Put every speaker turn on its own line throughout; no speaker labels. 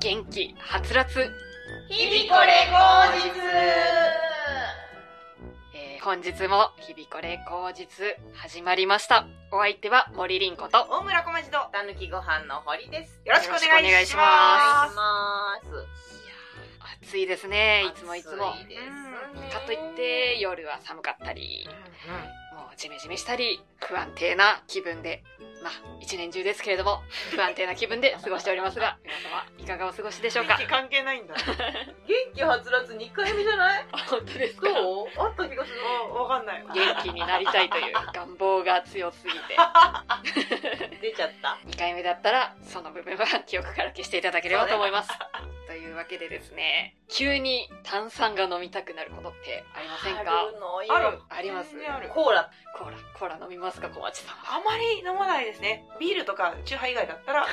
元気、はつらつ、
日々これ口実
えー本日も日々これ後日始まりました。お相手は森凛子と、
大村小町とたぬきご飯の堀です。よ
ろし
ろし
く
く
お
お
願
願
い
い
します
します。
暑いですね、いつもいつも
暑。いですね
うんかといって夜は寒かったり、もうジメジメしたり、不安定な気分で、まあ一年中ですけれども、不安定な気分で過ごしております が、皆様いかがお過ごしでしょうか
天気関係ないんだ。
元気はつらつ2回目じゃない
本当ですか
どうあった気がする。
わかんない。
元気になりたいという願望が強すぎて、
出ちゃった。
2回目だったらその部分は記憶から消していただければと思います。 というわけでですね、急に炭酸が飲みたくなることってありません
あ
か
るの
ある
よ。
あります
全然ある
コーラ。
コーラ、コーラ飲みますか小町さんは。
あまり飲まないですね。ビールとかチューハイ以外だったら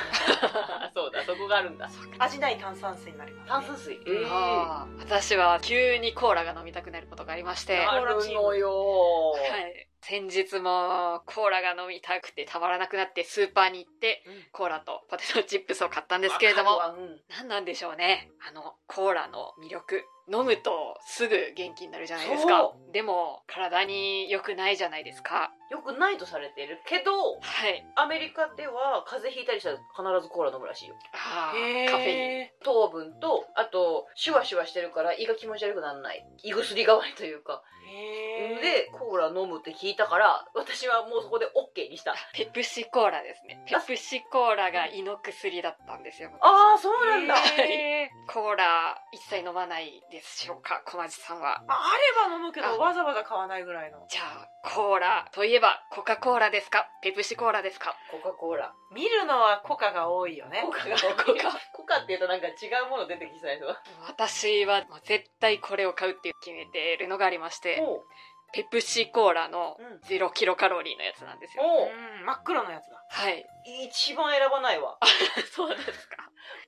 そうだ、そこがあるんだ。
味ない炭酸水になります、ね。
炭酸水。えー
あー私は急にコーラが飲みたくなることがありまして、
な
は
あるのよ。
い、先日もコーラが飲みたくてたまらなくなってスーパーに行って、
うん
コーラとポテトチップスを買ったんですけれども
わ、かるわうん
何なんでしょうねあのコーラの魅力飲むとすぐ元気になるじゃないですか
そ
でも体に良くないじゃないですか
よくないとされてるけど、
はい
アメリカでは風邪ひいたりしたら必ずコーラ飲むらしいよ。
あ
へ
ー
ー
カフェイン
糖分と、あと、シュワシュワしてるから胃が気持ち悪くならない。胃薬代わりというか。
へー
で、コーラ飲むって聞いたから、私はもうそこで OK にした。
ペプシコーラですねペプシコーラが胃の薬だったんですよ
ああ、そうなんだ。
へー
コーラ一切飲まないでしょうか小町さんは
ああれば飲むけ
あ
どわざわざ買わないぐらいの。
じゃあコーラといえばコカ・コーラですかペプシコーラですか
コカ・コーラ。
見るのはコカが多いよね
コ。カが
コ
コ
カ
カ。コカって言うとなんか違うもの出てきそうやぞ。
私はもう絶対これを買うって決めてるのがありまして
おう。
ペプシコーラの
うん。
ゼロキロカロリーのやつなんですよ。
おう。
うん、真っ黒のやつだ。
はい。
一番選ばないわ。
そうですか。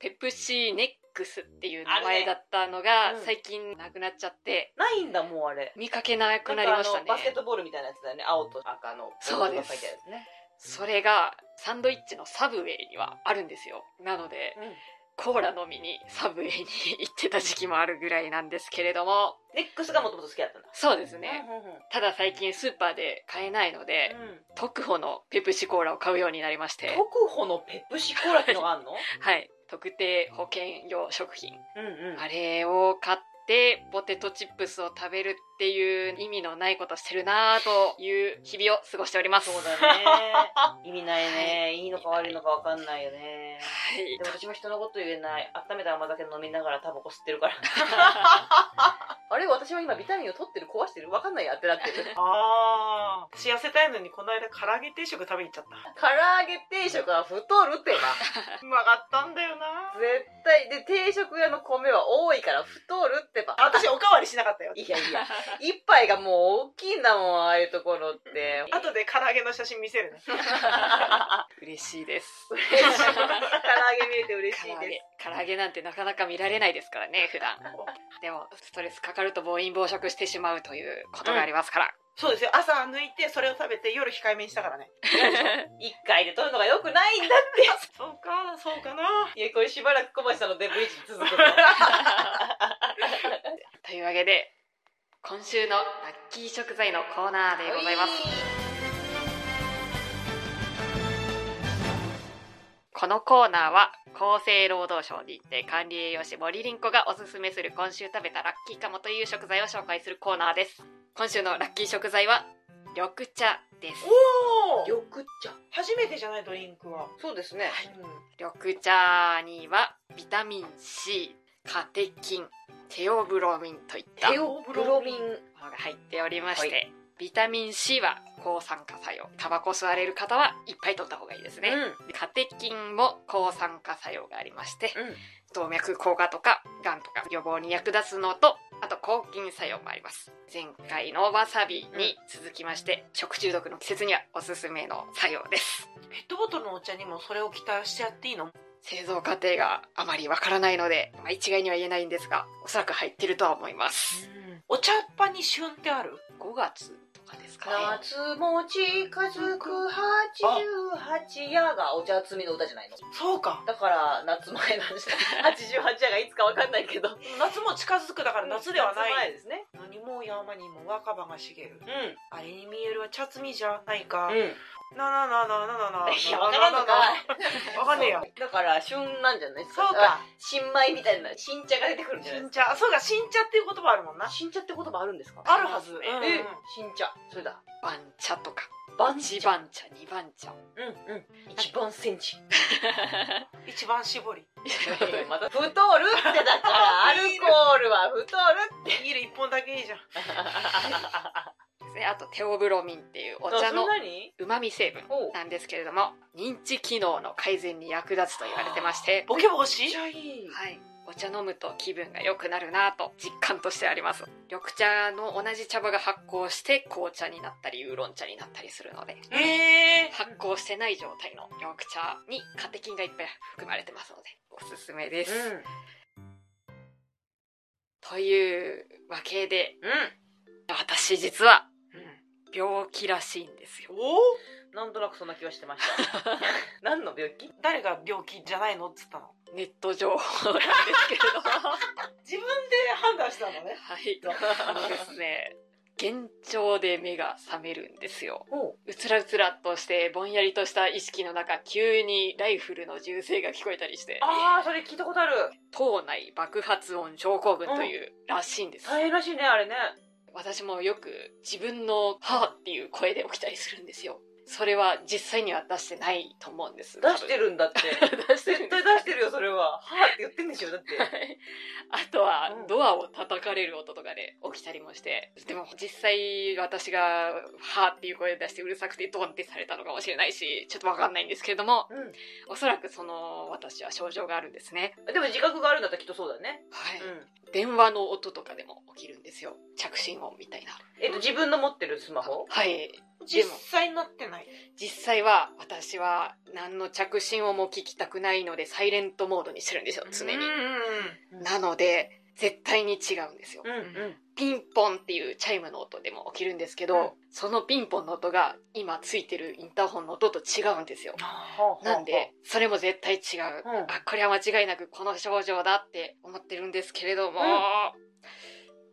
ペプシーネックスっていう
あ
名
る
前
ね
だったのが、
うん
最近なくなっちゃって、
ないんだ、もうあれ。
見かけなくなりました
んかあのバスケッ
ね。
トボールみたいなやつだよね。青と赤の。
そうです
書いてあるやつね。
それが、サンドイッチのサブウェイにはあるんですよ。なので、
うん。
コーラ飲みにサブウェイに行ってた時期もあるぐらいなんですけれども、
ネックスがもともと好きだったんだ。
そうですね。
うんうんうん
ただ最近スーパーで買えないので、特保のペプシコーラを買うようになりまして、
特保のペプシコーラってのがあん の
はい。特定保険用食品
うんうん
あれを買ってポテトチップスを食べるっていう意味のないことしてるなぁという日々を過ごしております。
そうだね意味ないねいいのか悪いのか分かんないよね
はい
で。も私も人のこと言えない温めた甘酒飲みながらタバコ吸ってるから あれ私は今ビタミンを取ってる壊してる分かんないやってなってる
ああ、私痩せたいのにこの間唐揚げ定食食べに行っちゃった。
唐揚げ定食は太るってば
うまかったんだよな。
絶対で定食屋の米は多いから太るってば
私おかわりしなかったよ。
いやいや一杯がもう大きいんだもんああいうところって
後で唐揚げの写真見せるね。
嬉しいです。
嬉しい唐揚げ見えて嬉し
唐
い
揚
で
げ唐揚げなんてなかなか見られないですからね普段でもストレスかかると暴飲暴食してしまうということがありますから、
そうですよ朝抜いてそれを食べて夜控えめにしたからね
す一回で取るのが良くないんだ
そうかそうかない
やこれしばらく小橋さんのデブイチ続くの
というわけで今週のラッキー食材のコーナーでございますこのコーナーは厚生労働省認定管理栄養士森凛子がおすすめする今週食べたラッキーかもという食材を紹介するコーナーです今週のラッキー食材は緑茶です
おお
緑茶
初めてじゃないドリンクは、
そうですね
緑茶にはビタミン C カテキンテオブロミンといった
テ
もの
オブロミン
が入っておりまして、
は
ビタミン C は抗酸化作用タバコ吸われる方はいっぱい取った方がいいですね、でカテキンも抗酸化作用がありまして
うんうん
動脈硬化とかがんとか予防に役立つのとあと抗菌作用もあります前回のわさびに続きまして、食中毒の季節にはおすすめの作用です
ペットボトルのお茶にもそれを期待しちゃっていいの
製造過程があまりわからないので、まあ、一概には言えないんですがおそらく入ってるとは思います
お茶っ葉に旬ってある
5月とかですかね
夏も近づく八十88夜がお茶摘みの歌じゃないの
そうか
だから夏前なんじゃない 88夜がいつかわかんないけど
夏も近づくだから夏ではな
夏前
い
ですね
何も山にも若葉が茂る
うん
あれに見えるは茶摘みじゃないか
うん、い
ななななななな
やわからんの か
いわかんねえよ
だから旬なんじゃないです
そ
か
うか
新米みたいな新茶が出てくるんじゃないで
新
す
茶あそうか新茶っていう言葉あるもんな
か新茶って言葉あるんですか
あるはず、
うん
うん
え新茶それだ
番茶とか
番
一
茶
番茶二番 茶
うんうん一番センチ
一番絞り
また太るってだからアルコールは太るって
ビール一本だけいいじゃん
ですねあとテオブロミンっていうお茶の
何
うまみ成分
おう
なんですけれども認知機能の改善に役立つと言われてまして
ボケボコ
めっ
し
ちゃいい
はい、お茶飲むと気分が良くなるなぁと実感としてあります緑茶の同じ茶葉が発酵して紅茶になったりウーロン茶になったりするので
ええ
発酵してない状態の緑茶にカテキンがいっぱい含まれてますのでおすすめです、というわけで
うん
私実は病気らしいんですよ
お
うん
お
なんとなくそんな気はしてました何の病気
誰が病気じゃないのっつったの
ネット情報なんですけれども
自分で判断したのね
はい あのですね幻聴で目が覚めるんですよ
お
うつらうつらとしてぼんやりとした意識の中急にライフルの銃声が聞こえたりして
ああそれ聞いたことある
島内爆発音症候群というらしいんです
大変らしいねあれね
私もよく自分の「はあ」っていう声で起きたりするんですよそれは実際には出してないと思うんです
出してるんだって
出してる
絶対出してるよそれは「はあ」って言ってんでしょだって
はい あとは
うん
ドアを叩かれる音とかで起きたりもしてでも実際私が「はーっていう声出してうるさくてドンってされたのかもしれないしちょっとわかんないんですけれども、
うん
おそらくその私は症状があるんですね、
でも自覚があるんだったらきっとそうだね
はい
うん
電話の音とかでも起きるんですよ着信音みたいな
えっと自分の持ってるスマホ
はい
実際になってない
実際は私は何の着信音も聞きたくないのでサイレントモードにしてるんですよ常に
うん、うん
なので絶対に違うんですよ、
うん
うん
ピンポンっていうチャイムの音でも起きるんですけど、
うん
そのピンポンの音が今ついてるインターホンの音と違うんですよ。なんで、それも絶対違う。
うん
あ、これは間違いなくこの症状だって思ってるんですけれども、
うん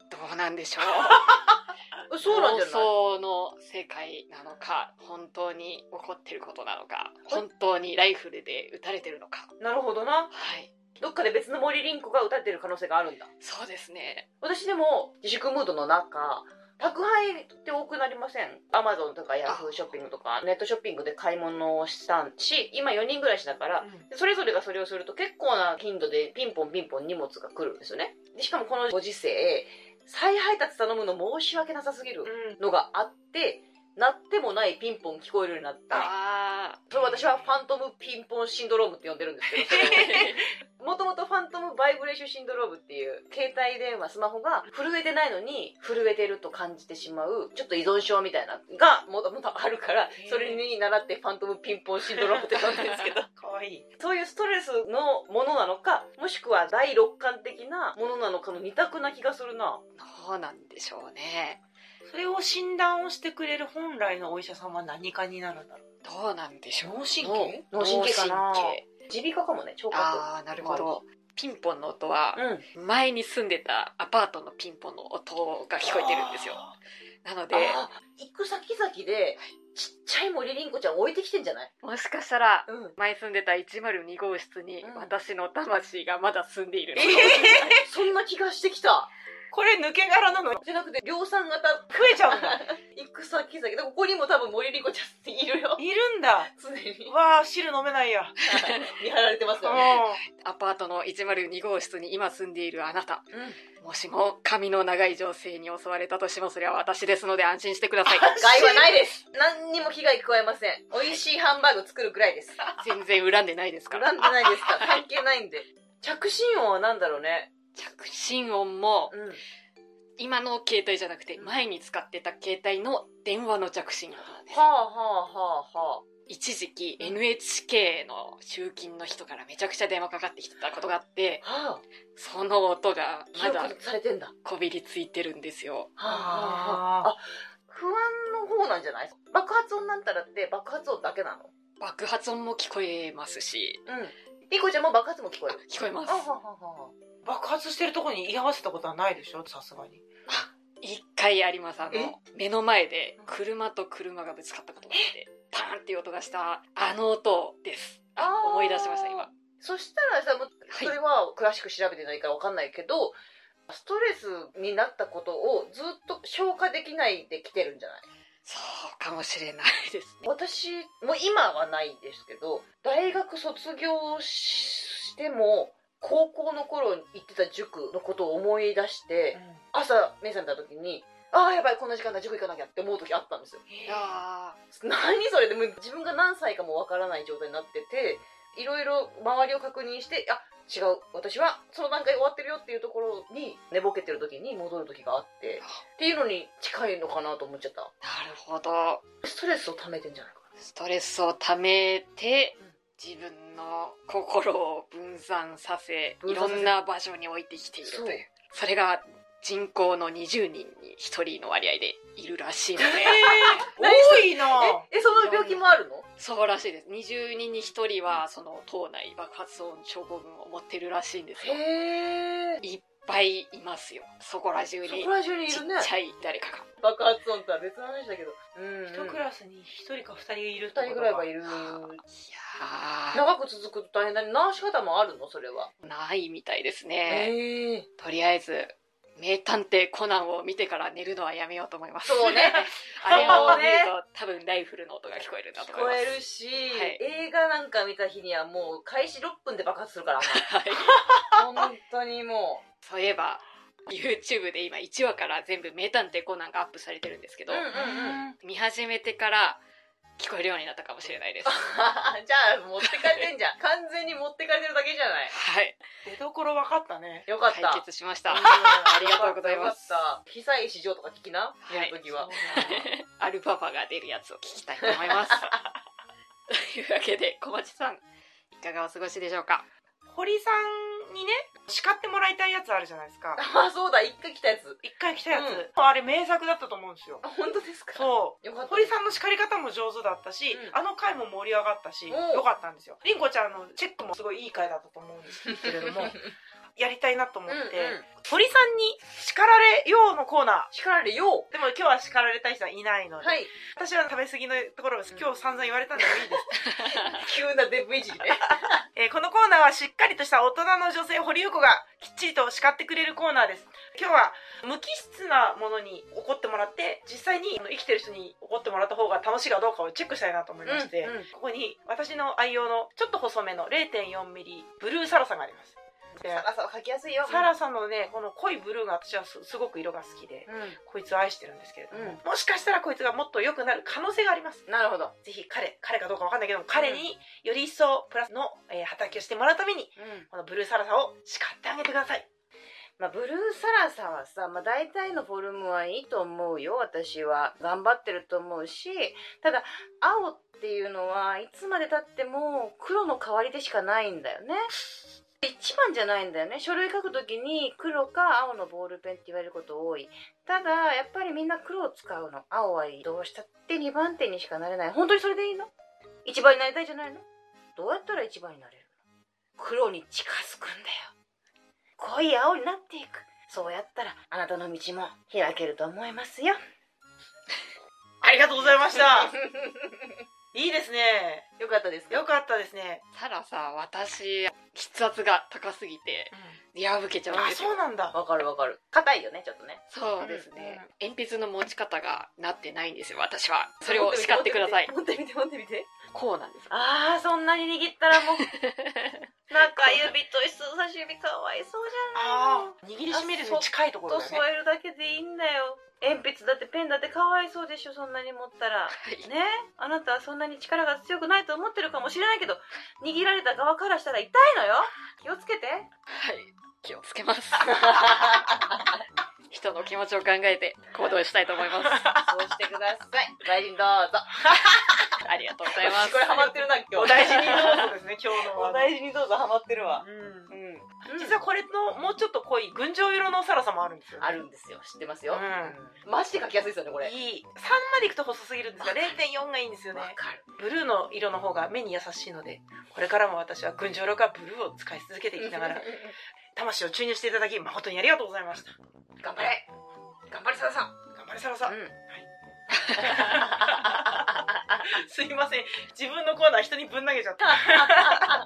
どうなんでしょう。
え そうなんじゃな
妄
い
想の世界なのか、本当に起こってることなのか、本当にライフルで撃たれてるのか。
なるほどな
はい。
どっかで別の森凛子が歌ってる可能性があるんだ
そうですね。
私でも自粛ムードの中宅配って多くなりませんアマゾンとかヤフーショッピングとかネットショッピングで買い物をしたし今4人暮らしだからそれぞれがそれをすると結構な頻度でピンポンピンポン荷物が来るんですよねでしかもこのご時世再配達頼むの申し訳なさすぎる
うん
のがあって鳴ってもないピンポン聞こえるようになった
ああ。
それ私はファントムピンポンシンドロームって呼んでるんですけどそれを もともとファントムバイブレーションシンドロームっていう携帯電話スマホが震えてないのに震えてると感じてしまうちょっと依存症みたいなのがもともとあるから
へー
それに習ってファントムピンポンシンドロームって呼んでるんですけど
かわいい
そういうストレスのものなのかもしくは第六感的なものなのかの二択な気がするな
どうなんでしょうね。
それを診断をしてくれる本来のお医者さんは何かになるんだろう
どうなんでしょう。
脳神経
脳神経かな
脳神経
耳鼻科かもね聴覚
ああ、なるほど。ピンポンの音は、
うん
前に住んでたアパートのピンポンの音が聞こえてるんですよ。なので、
あー行く先々でちっちゃい森凛子ちゃん置いてきてんじゃない
もしかしたら、
うん
前住んでた102号室に
うん
私の魂がまだ住んでいるのかもしれない
え
そんな気がしてきた
これ抜け殻なの
じゃなくて量産型
増えちゃう んだ
行く先々でここにも多分森莉子ちゃんっているよ
いるんだ
常に
わあ汁飲めないや
見張られてます
う
よね、
ん
アパートの102号室に今住んでいるあなた。
うん、
もしも髪の長い女性に襲われたとしてもそれは私ですので安心してください。
害はないです何にも被害加えません美味しいハンバーグ作るくらい です
全然恨んでないですから。
恨んでないですから関係ないんで着信音は何だろうね
着信音も
うん
今の携帯じゃなくて前に使ってた携帯の電話の着信音なんです
は。あはあはあはあ
一時期 NHK の集金の人からめちゃくちゃ電話かかってきてたことがあって
はあ、
その音がま
記
だ
憶されてんだ。は
こびりついてるんですよ
あ、はあはあ、あ、不安の方なんじゃない爆発音なんたらって爆発音だけなの
爆発音も聞こえますし、
うん。ピコちゃんも爆発も聞こ
あ
える。
聞こえま
あ
す
は。ははは。
爆発してるとこに居合わせたことはないでしょさすがに
一回あります。あ
え
の、目の前で車と車がぶつかったことがあって、パーンっていう音がした、あの音です。あ
あー
思い出しました、今。
そしたらさ、もう
はい
それは詳しく調べてないからわかんないけど、ストレスになったことをずっと消化できないで来てるんじゃない
そうかもしれないですね。
私もう今はないですけど大学卒業しても高校の頃に行ってた塾のことを思い出して朝目覚めた時にああやばいこんな時間だ塾行かなきゃって思う時あったんですよ
いや
何それでもう自分が何歳かもわからない状態になってていろいろ周りを確認してあ違う私はその段階終わってるよっていうところに寝ぼけてる時に戻る時があってっていうのに近いのかなと思っちゃっ
ー
た
なるほど。
ストレスを溜めてんじゃないか
ストレスを溜めて
うん、
自分の心を分散させ、い
分散
ろ
させ
んな場所に置いてきているという。それが人口の20人に1人の割合でいるら しいので、
多いな
ええその病気もあるの
そうらしいです。20人に1人は、その、党内爆発音症候群を持ってるらしいんですよ。
へえ。
いっぱいいますよ。そこら中
そ
に
こ。ら中にい
ちっ
るね。
ちゃい誰かが。
爆発音とは別の話だけど。うん、
一クラスに一人か二人いるってこ
二
と
人ぐらいはい
る
る。
いや
長く続くと大変だね。治し方もあるのそれは。
ー、ないみたいですね。
へえ。
とりあえず、名探偵コナンを見てから寝るのはやめようと思います。
そうね。
あれ
そ
を
う
見
ね
ると、多分ライフルの音が聞こえるんだと
聞
思い
こ
ます。
えるし、
はい
映画なんか見た日にはもう開始6分で爆発するから。
はい。
本当にも
そういえば、YouTube で今1話から全部名探偵コナンがアップされてるんですけ
う。
ど、
うんうん
う
うん。
ん
見始めてから聞こえるようになったかもしれないです。
じゃあ持ってかれてんじゃん。 完全に持ってかれてるだけじゃない。
はい。
出どころ分かったね
よかった。
解決しま した。
あ
りがとうございます
被災市場とか聞きな、
は
や
い
るときは。
アルファバが出るやつを聞きたいと思い ます。というわけで、小町さん、いかがお過ごしでしょうか
堀さんにね叱ってもらいたいやつあるじゃないですか
あ、そうだ、一回来たやつ。
一回来たやつ、
うん
あれ名作だったと思うんですよ
あ本当ですか
そう
よかった
堀さんの叱り方も上手だったし、
うん
あの回も盛り上がったし
おう
良かったんですよりんこちゃんのチェックもすごいいい回だったと思うんですけれどもやりたいなと思
う
っ
ん
て、
うん
堀さんに叱られようのコーナー
叱られよ
でも今日は叱られた人はいないの
う
で、
はい
私は食べ過ぎのところを今日散々言われたんでもいいです、
急なデブいじりね
えーこのコーナーはしっかりとした大人の女性堀ゆ子がきっちりと叱ってくれるコーナーです今日は無機質なものに怒ってもらって実際にあの生きてる人に怒ってもらった方が楽しいかどうかをチェックしたいなと思いまして、
うんうん
ここに私の愛用のちょっと細めの0 4ミリブルーサラさがありますで
サラサラ書きやすいよ
サラさのねこの濃いブルーが私はすすごく色が好きで
う
こいつを愛してるんですけれども、
うん
もしかしたらこいつがもっと良くなる可能性があります
んなるほど
ぜひ彼、彼かどうかわかんないけども、彼により一層プラスの、えー働きをしてもらうために、このブルーサラサを叱ってあげてください。
まあ、ブルーサラサはさ、まあ、大体のフォルムはいいと思うよ私は頑張ってると思うしただ青っていうのはいつまでたっても黒の代わりでしかないんだよね一番じゃないんだよね書類書くときに黒か青のボールペンって言われること多いただやっぱりみんな黒を使うの青はどうしたって2番手にしかなれない本当にそれでいいの一番になりたいじゃないのどうやったら一番になれるの黒に近づくんだよ濃い青になっていくそうやったらあなたの道も開けると思いますよ
ありがとうございました。いいですね。
よかったです
よかったですね。
たださ、私、筆圧が高すぎて、破けちゃうん
あ、
ですよ
そう。なんだ。
わかるわかる硬いよねちょっとね
そうですね、鉛筆の持ち方がなってないんですよ、私は。それを叱ってください。
持ってみて持ってみて
こうなんです。
ああそんなに握った らもう中指と人差し指かわいそうじゃない
あ
の
あ、握りしめるのに近いとこ
と
ろだよね
添。えるだけでいいんだよ鉛筆だってペンだってかわいそうでしょそんなに持ったら
はい
ねあなたはそんなに力が強くないと思ってるかもしれないけど握られた側からしたら痛いのよ気をつけて
はい。気をつけ ます。人の気持ちを考えて行動したいと思います。
そうしてく ださい。大臣どうぞ。
ありがとうございます。
これハマってるな、今日。
お大事にどうぞですね、今日のは。
お大事にどうぞハマってるわ。
う。
うんん。うん
実はこれのもうちょっと濃い群青色のお皿さもあるんですよ、ね、
あるんですよ知ってますよ、
う
マジで書きやすいですよねこれ
いい3までいくと細すぎるんですが0.4がいいんですよね
わかる
ブルーの色の方が目に優しいのでこれからも私は群青色がブルーを使い続けていきながら魂を注入していただき誠にありがとうございました
頑張れ頑張れさださん
頑張れサラさん、
う
すいません自分のコーナー人にぶん投げちゃ った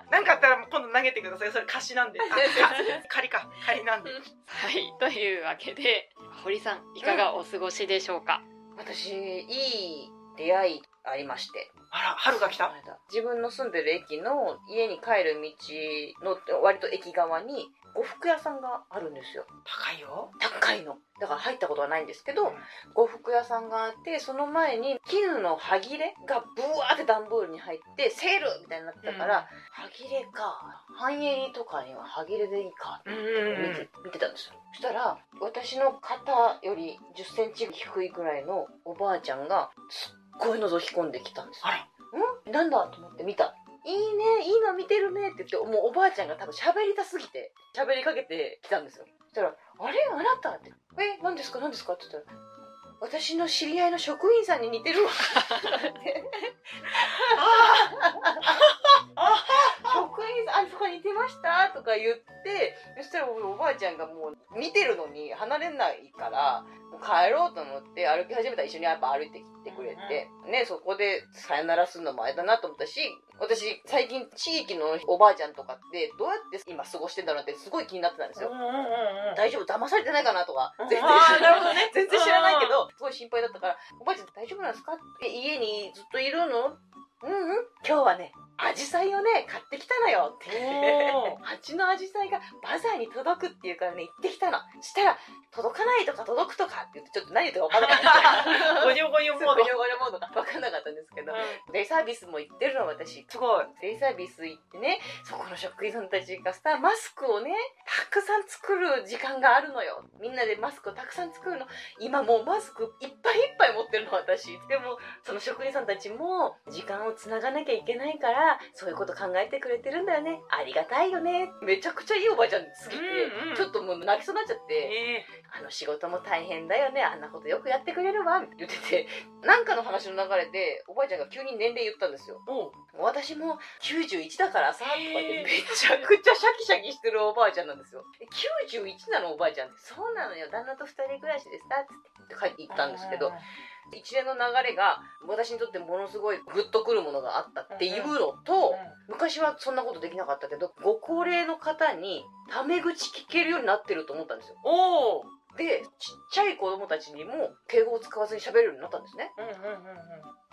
何かあったら今度投げてくださいそれ貸 しなんであ仮か仮なんで
はい、というわけで堀さんいかがお過ごしでしょうか、
ん 私いい出会いありまして
あら春が来た
この間自分の住んでる駅の家に帰る道の割と駅側に呉服屋さんがあるんですよ
高いよ
高いのだから入ったことはないんですけど呉服屋さんがあってその前に絹の歯切れがブワーって段ボールに入ってセールみたいになったから、歯切れか半円とかには歯切れでいいか
うんうん
見
うん
て見てたんですよそしたら私の肩より1 0センチ低いくらいのおばあちゃんがすっごい覗き込んできたんですよ
あら
んなんだと思って見たいいねいいの見てるねって言ってもうおばあちゃんが多分喋りたすぎて喋りかけてきたんですよそしたら「あれあなた?」って「え何ですか何ですか?」って言ったら「私の知り合いの職員さんに似てるわ」職員さん、あ、そこ似てましたとか言って、そしたらおばあちゃんがもう見てるのに離れないから、もう帰ろうと思って歩き始めたら一緒にやっぱ歩いてきてくれて、ね、そこでさよならするのもあれだなと思ったし、私最近地域のおばあちゃんとかってどうやって今過ごしてんだろうってすごい気になってたんですよ。
うんうんうんうん
大丈夫騙されてないかなとか
うん
全然
あー
知
なる
ら
ほど
な
ね
い 全然知らないけどすごい心配だったから「おばあちゃん大丈夫なんですか?」って「家にずっといるのうんうん今日はねアジサイをね買ってきたのよ」って
おー
蜂のアジサイがバザーに届くっていうからね行ってきたのそしたら「届かないとか届くとか」って言ってちょっと何言ってるか分からなかった
ごにょごにょモー
す
ド
ごい汚れ物が分かんなかったんですけど
うん
デイサービスも行ってるの私
すごい
デイサービス行ってねそこの職員さんたちがさマスクをねたくさん作る時間があるのよみんなでマスクをたくさん作るの今もうマスクいっぱいいっぱい持ってるの私でもその職員さんたちも時間をつながなきゃいけないからそういうこと考えてくれてるんだよねありがたいよねめちゃくちゃいいおばあちゃんすぎて、
うんうん
ちょっともう泣きそうになっちゃって。
え
あの仕事も大変だよねあんなことよくやってくれるわって言っててなんかの話の流れでおばあちゃんが急に年齢言ったんですよ
ーおう
私も91だからさとか言って
へー
めちゃくちゃシャキシャキしてるおばあちゃんなんですよえ91なのおばあちゃんってそうなのよ旦那と2人暮らしでさっつって帰って行ったんですけど一連の流れが私にとってものすごいグッとくるものがあったっていうのと昔はそんなことできなかったけどご高齢の方にタメ口聞けるようになってると思ったんですよ
おお
でちっちゃい子供たちにも敬語を使わずに喋れるようになったんですね
うんうんうんうん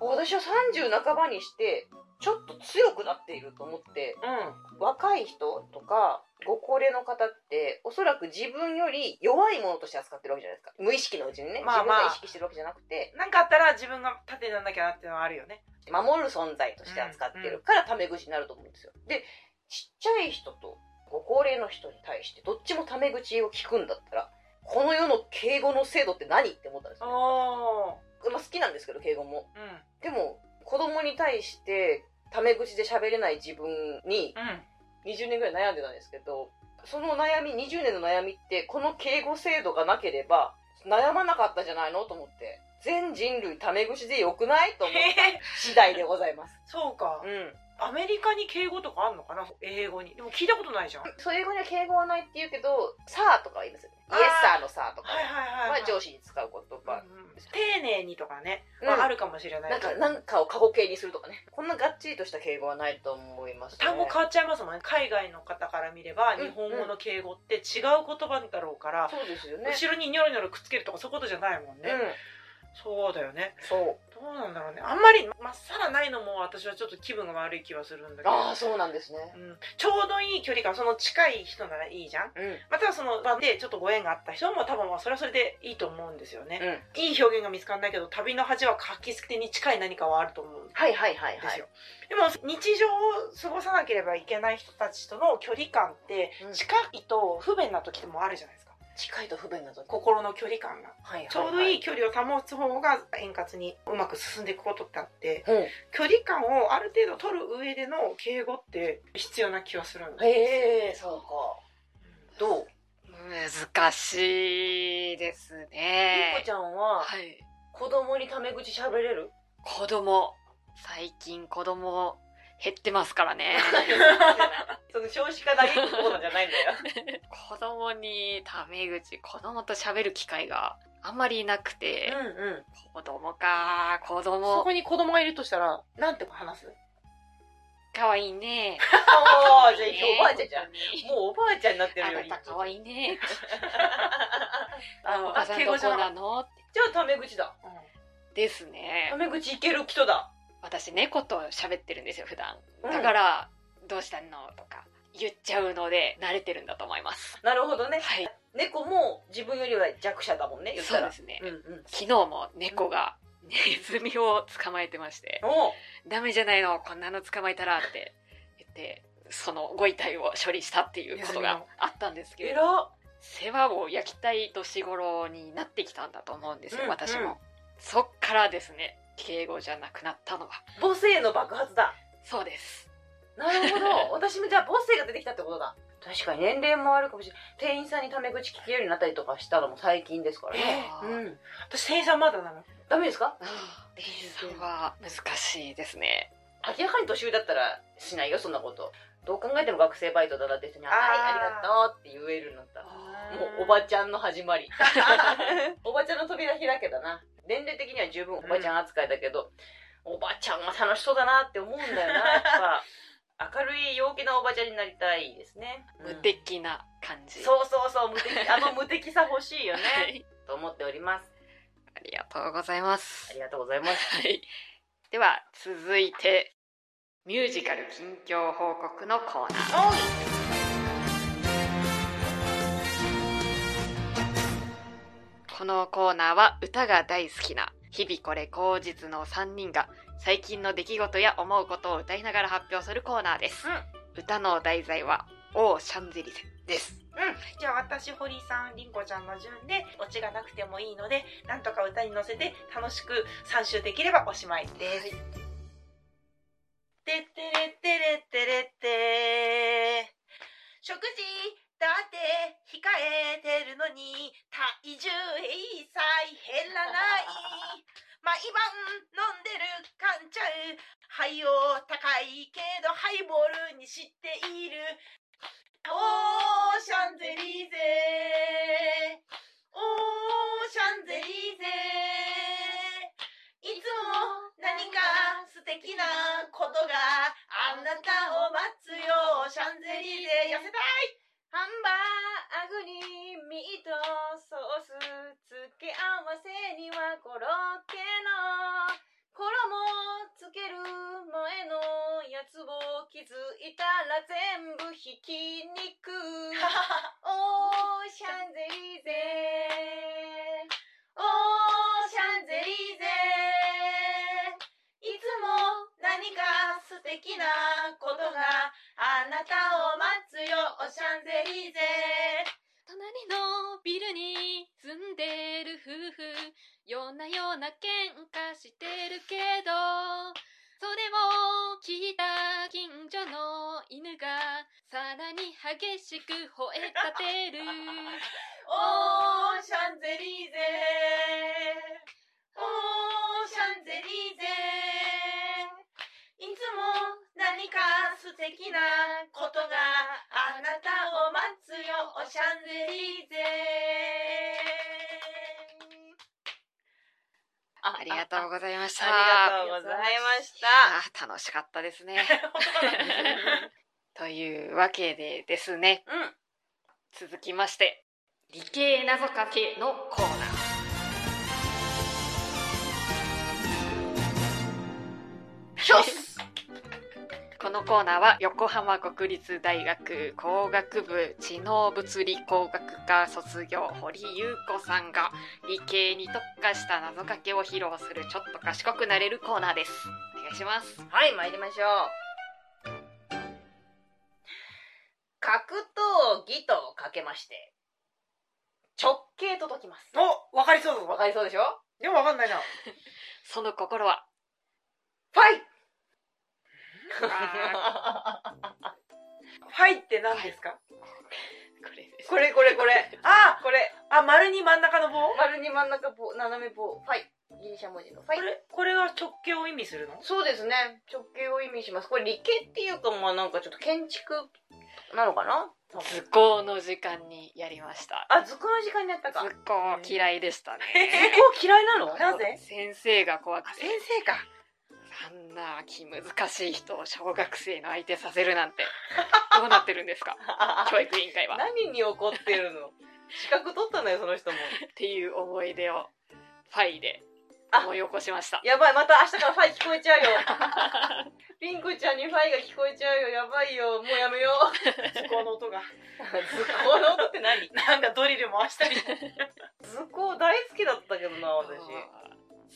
私は30半ばにしてちょっと強くなっていると思って
うん
若い人とかご高齢の方っておそらく自分より弱いものとして扱ってるわけじゃないですか無意識のうちにね、
まあまあ
自分が意識してるわけじゃなくて
なんかあったら自分が盾にならなきゃなっていうのはあるよね。
守る存在として扱ってるからタメ口になると思うんですよでちっちゃい人とご高齢の人に対してどっちもタメ口を聞くんだったらこの世の敬語の制度って何って思ったんですよ、
お
まあ、好きなんですけど敬語も
うん
でも子供に対してタメ口で喋れない自分に
うん
20年ぐらい悩んでたんですけどその悩み20年の悩みってこの敬語制度がなければ悩まなかったじゃないのと思って全人類タメ口でよくないと思っ
へ
た
え
次第でございます
そうか
う。ん
アメリカに敬語とかあんのかな英語に。でも聞いたことないじゃん。はい
そういう語には敬語はないって言うけど「さあ」とかは言いますよね「イ
あー
エスサーのさあ」とか
はいはいは。
はい上司に使う言葉、
うんうん丁寧にとかね、
うん
はあるかもしれない
なん
けど
かなんかを過去形にするとかねこんながっちりとした敬語はないと思います、ね、
単語変わっちゃいますもんね海外の方から見れば
うん
日本語の敬語って違う言葉だろうから、
そうですよね、
後ろにニョロニョロくっつけるとかそういうことじゃないもんね、
うん
そうだよね
そう
どうなんだろうねあんまりまっさらないのも私はちょっと気分が悪い気はするんだけど
ああそうなんですね
うんちょうどいい距離感その近い人ならいいじゃん
うんうん
またはその場でちょっとご縁があった人も多分まあそれはそれでいいと思うんですよね、いい表現が見つかんないけど旅の恥は書き捨てに近い何かはあると思うんで
はいはいはいは
す
い
よ、でも日常を過ごさなければいけない人たちとの距離感って
うん
近いと不便な時もあるじゃないですか
近いと不便なとこ、
心の距離感が
はいはいはい、
ちょうどいい距離を保つ方が円滑にうまく進んでいくことってあって
うん、
距離感をある程度取る上での敬語って必要な気はするんですよね
へえそうかど、
難しいです
ゆうこ
ね
ち。ゃんは
はい。
子供にタメ口喋れる
子供。最近子供減ってますから ね。
その少子化だけのことなんじゃないんだよ。
子供にタメ口、子供と喋る機会があんまりなくて、
うんうん。
子供か、子
そ
供
こ。に子供がいるとしたら、なんて話す
かわいいね。
ああ、じゃあいいおばあちゃんじゃん。
ん。
もうおばあちゃんになってるよ
あ
り。
なたかわいい ね。
あ
おばさんどこなの
じゃあタメ口だ。
です
タ
ね。
メ口いける人だ。
私、猫と喋ってるんですよ、普段。
うん
だから、どうしたのとか言っちゃうので、慣れてるんだと思います。
なるほどね。
はい。
猫も自分よりは弱者だもんね、言っ
そ
た
う
ら
で。すね。
うんうん。
昨日も猫がネズミを捕まえてまして、
おう
ダメじゃないの、こんなの捕まえたらって言って、そのご遺体を処理したっていうことがあったんですけれ
え
ど、
ら
世話を焼きたい年頃になってきたんだと思うんですよ
う、んうん
私も。そっからですね、敬語じゃなくなったのは。
母性の爆発だ。
そうです。
なる ほど。私もじゃあ母性が出てきたってことだ。確かに年齢もあるかもしれない。店員さんにタメ口聞けるようになったりとかしたのも最近ですからね。
あ
う
ー
ん。
私、店員さんまだなの。
ダメですか
店員さんは難しいですね。
明らかに年上だったらしないよ、そんなこと。どう考えても学生バイトだなって人に、はい、ありがとうって言えるようになった。もうおばちゃんの始まり。 おばちゃんの扉開けたな。年齢的には十分おばちゃん扱いだけど、おばちゃんは楽しそうだなって思うんだよな。やっぱ、明るい陽気なおばちゃんになりたいですね。
無敵な感じ。
うんそうそうそう、無敵。あの無敵さ欲しいよね。
はい
と思っております。
ありがとうございます
あ。りがとうございます。
はい。では、続いて、ミュージカル近況報告のコーナー。
おい
このコーナーは歌が大好きな、日々これ口実の3人が、最近の出来事や思うことを歌いながら発表するコーナーです。歌の題材は、オーシャンゼリゼです。
うん、じゃあ私堀井さん凛子ちゃんの順でオチがなくてもいいのでなんとか歌に乗せて楽しく3周できればおしまいです。
はい
てってれってれってれって食事だって控えてるのに体重一切減らない毎晩飲んでるかんちゃう肺を高いけどハイボールにしているオーシャンゼリーゼオーシャンゼリーゼいつも何か素敵なことがあなたを待つよオーシャンゼリーゼ痩せたい
ハンバーグにミートソース付け合わせにはコロッケの衣つける前のやつを気づいたら全部ひき肉 オーシャンゼリーゼ
オーシャンゼリーゼいつも何か素敵なことがあなたを待つよオーシャンゼリーゼ
隣のビルに住んでる夫婦夜な夜な喧嘩してるけどそれを聞いた近所の犬がさらに激しく吠え立てる
オーシャンゼリーゼオーシャンゼリーゼいつも何か素敵なことがあなたを待つよオーシャンゼリーゼ
あ
ありがとうございました
ありがとうございました
いやー楽しかったですね
う
というわけでですね
ん
続きまして理系謎かけのコーナー
ひょっす
このコーナーは横浜国立大学工学部知能物理工学科卒業堀優子さんが理系に特化した謎かけを披露するちょっと賢くなれるコーナーですお願いします
はい、参りましょう。格闘技とかけまして、直径と解きます。
おわかりそうだ
わかりそうでしょ
でもわかんないな
その心は
フ ァイ
あ
ファイって何ですか、
これです
これこれこれ。
あーこれあ丸に真ん中の棒こ
丸に真ん中棒、斜め棒。ファイ。ギリシャ文字のファイ。
れこれは直径を意味するの
そうですね。直径を意味します。これ理系っていうか、まあなんかちょっと建築なのかな多分
図工の時間にやりました
あ、図工の時間にやったか。図
図工嫌いでしたね
工嫌いなの
なぜ
先生が怖
あ
くて
先生か
あんな気難しい人を小学生の相手させるなんてどうなってるんですか教育委員会は
何に怒ってるの資格取ったんだよ、その人も。
っていう思い出をファイで思い起こしました
やばい、また明日からファイ聞こえちゃうよ。 ピンクちゃんにファイが聞こえちゃうよ。やばいよ。もうやめよう。
図工の音が
図工の音って何
なんかドリル回した り
図工大好きだったけどな、私。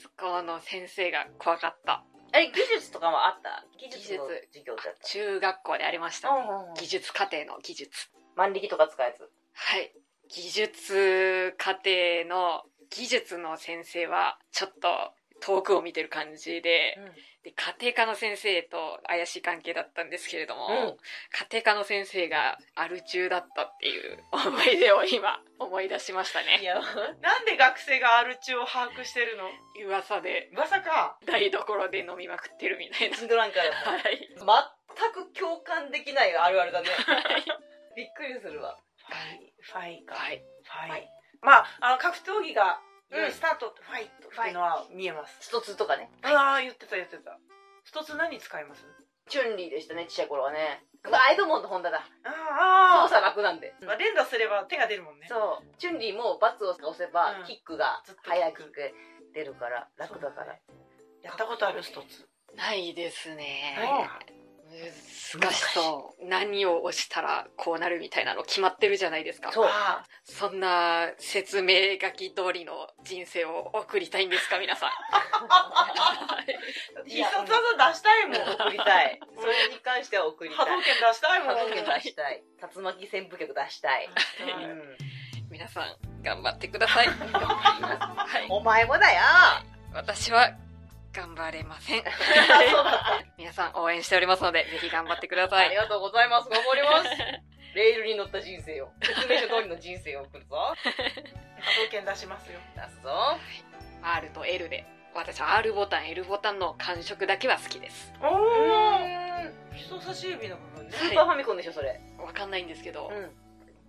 図工の先生が怖かった
え、技術とかはあった技術の
技術
授業だった。
中学校でありました、ね、
うんうんうん
技術課程の技術
万力とか使うやつ。
はい技術課程の技術の先生はちょっと遠くを見てる感じでで家庭科の先生と怪しい関係だったんですけれども、
うん
家庭科の先生がアル中だったっていう思い出を今思い出しました
い
ね
や、
なんで学生が R 中を把握してるの
噂で
噂か
台所で飲みまくってるみたいな
シンドランカーだった。
はい
全く共感できないあるあるだ ね。びっくりするわ。
ファイファイか
はい
フ
は
ァ
い
イまああの格闘技が
うん
スタートとファイトっていうのは見えます、
ストツとかね。
ああ言ってた言ってた一つ何使います
チュンリーでしたね、ちっちゃい頃はね。うわ、エドモンド本田だ。
あーあ
操作楽なんで。
ー連打すれば手が出るもんね
そう。チュンリーもバツを押せば、
うん
キックが
ずっとキック
早く出るから、楽だから。
やったことある一つ
ないですね
あ
難しそう何を押したらこうなるみたいなの決まってるじゃないですか
そう
あ
そんな説明書き通りの人生を送りたいんですか皆 さんはい
ー
い
必
や
殺技出したいもん
送りたい。それに関しては送りた
波動
い。
拳出したいもん
波動拳出したい。竜巻旋風脚出したい。う
はい
ん。
皆さん頑張ってくださいはい
お前もだよ
私は頑張れません皆さん応援しておりますのでぜひ頑張ってくださ
あり
い
がとうございます。頑張ります。レールに乗った人生を。説明書通りの人生を送るぞ。
波動拳出しますよ
出すぞ。
R と L で私は R ボタン L ボタンの感触だけは好きです
おお人差し指の部分 ね
スーパーファミコンでしょそれ、
わかんないんですけど、
うん、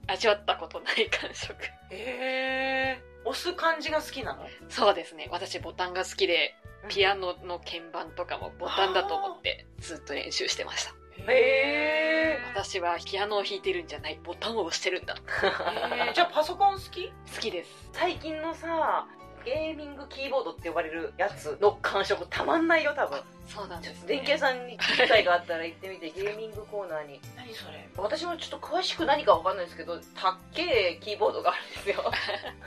味わったことない感触
ええ押す感じが好きなの
そうですね私ボタンが好きで
うん
ピアノの鍵盤とかもボタンだと思ってずっと練習してました
へー
私はピアノを弾いてるんじゃないボタンを押してるんだ
えーじゃあパソコン好き
好きです
最近のさゲーミングキーボードって呼ばれるやつの感触たまんないよ多分
そうなんです、
電慶さんに機会があったら行ってみてゲーミングコーナーに
何それ
私もちょっと詳しく何かわかんないですけどたっけえキーボードがあるんですよ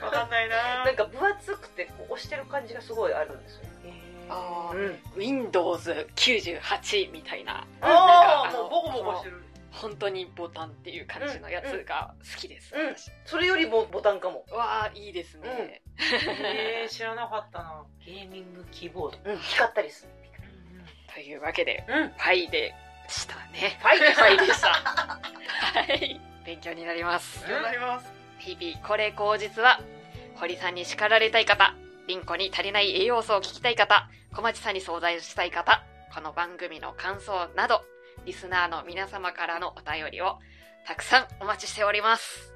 わかんない な
なんか分厚くてこう押してる感じがすごいあるんですよ、
あ
うん、
Windows98 みたいな
あ
なん
ー
か
もうボコボコ してる
本当にボタンっていう感じのやつが好きです、
うん
私
それよりもボタンかも、
わあいいですね、
えー知らなかったなゲーミングキーボード
うん、光ったりする
というわけで
うん
ファイでしたね
ファイ
ファイでしたはい勉強になります
うん
ります
日々これ口実は堀さんに叱られたい方リンコに足りない栄養素を聞きたい方小町さんに相談したい方この番組の感想などリスナーの皆様からのお便りをたくさんお待ちしております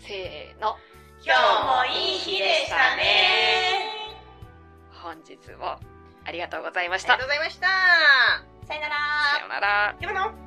せーの
今日もいい日でしたね
本日もありがとうございまし
あ
た
りがとうございましたさよなら
さようなら
今の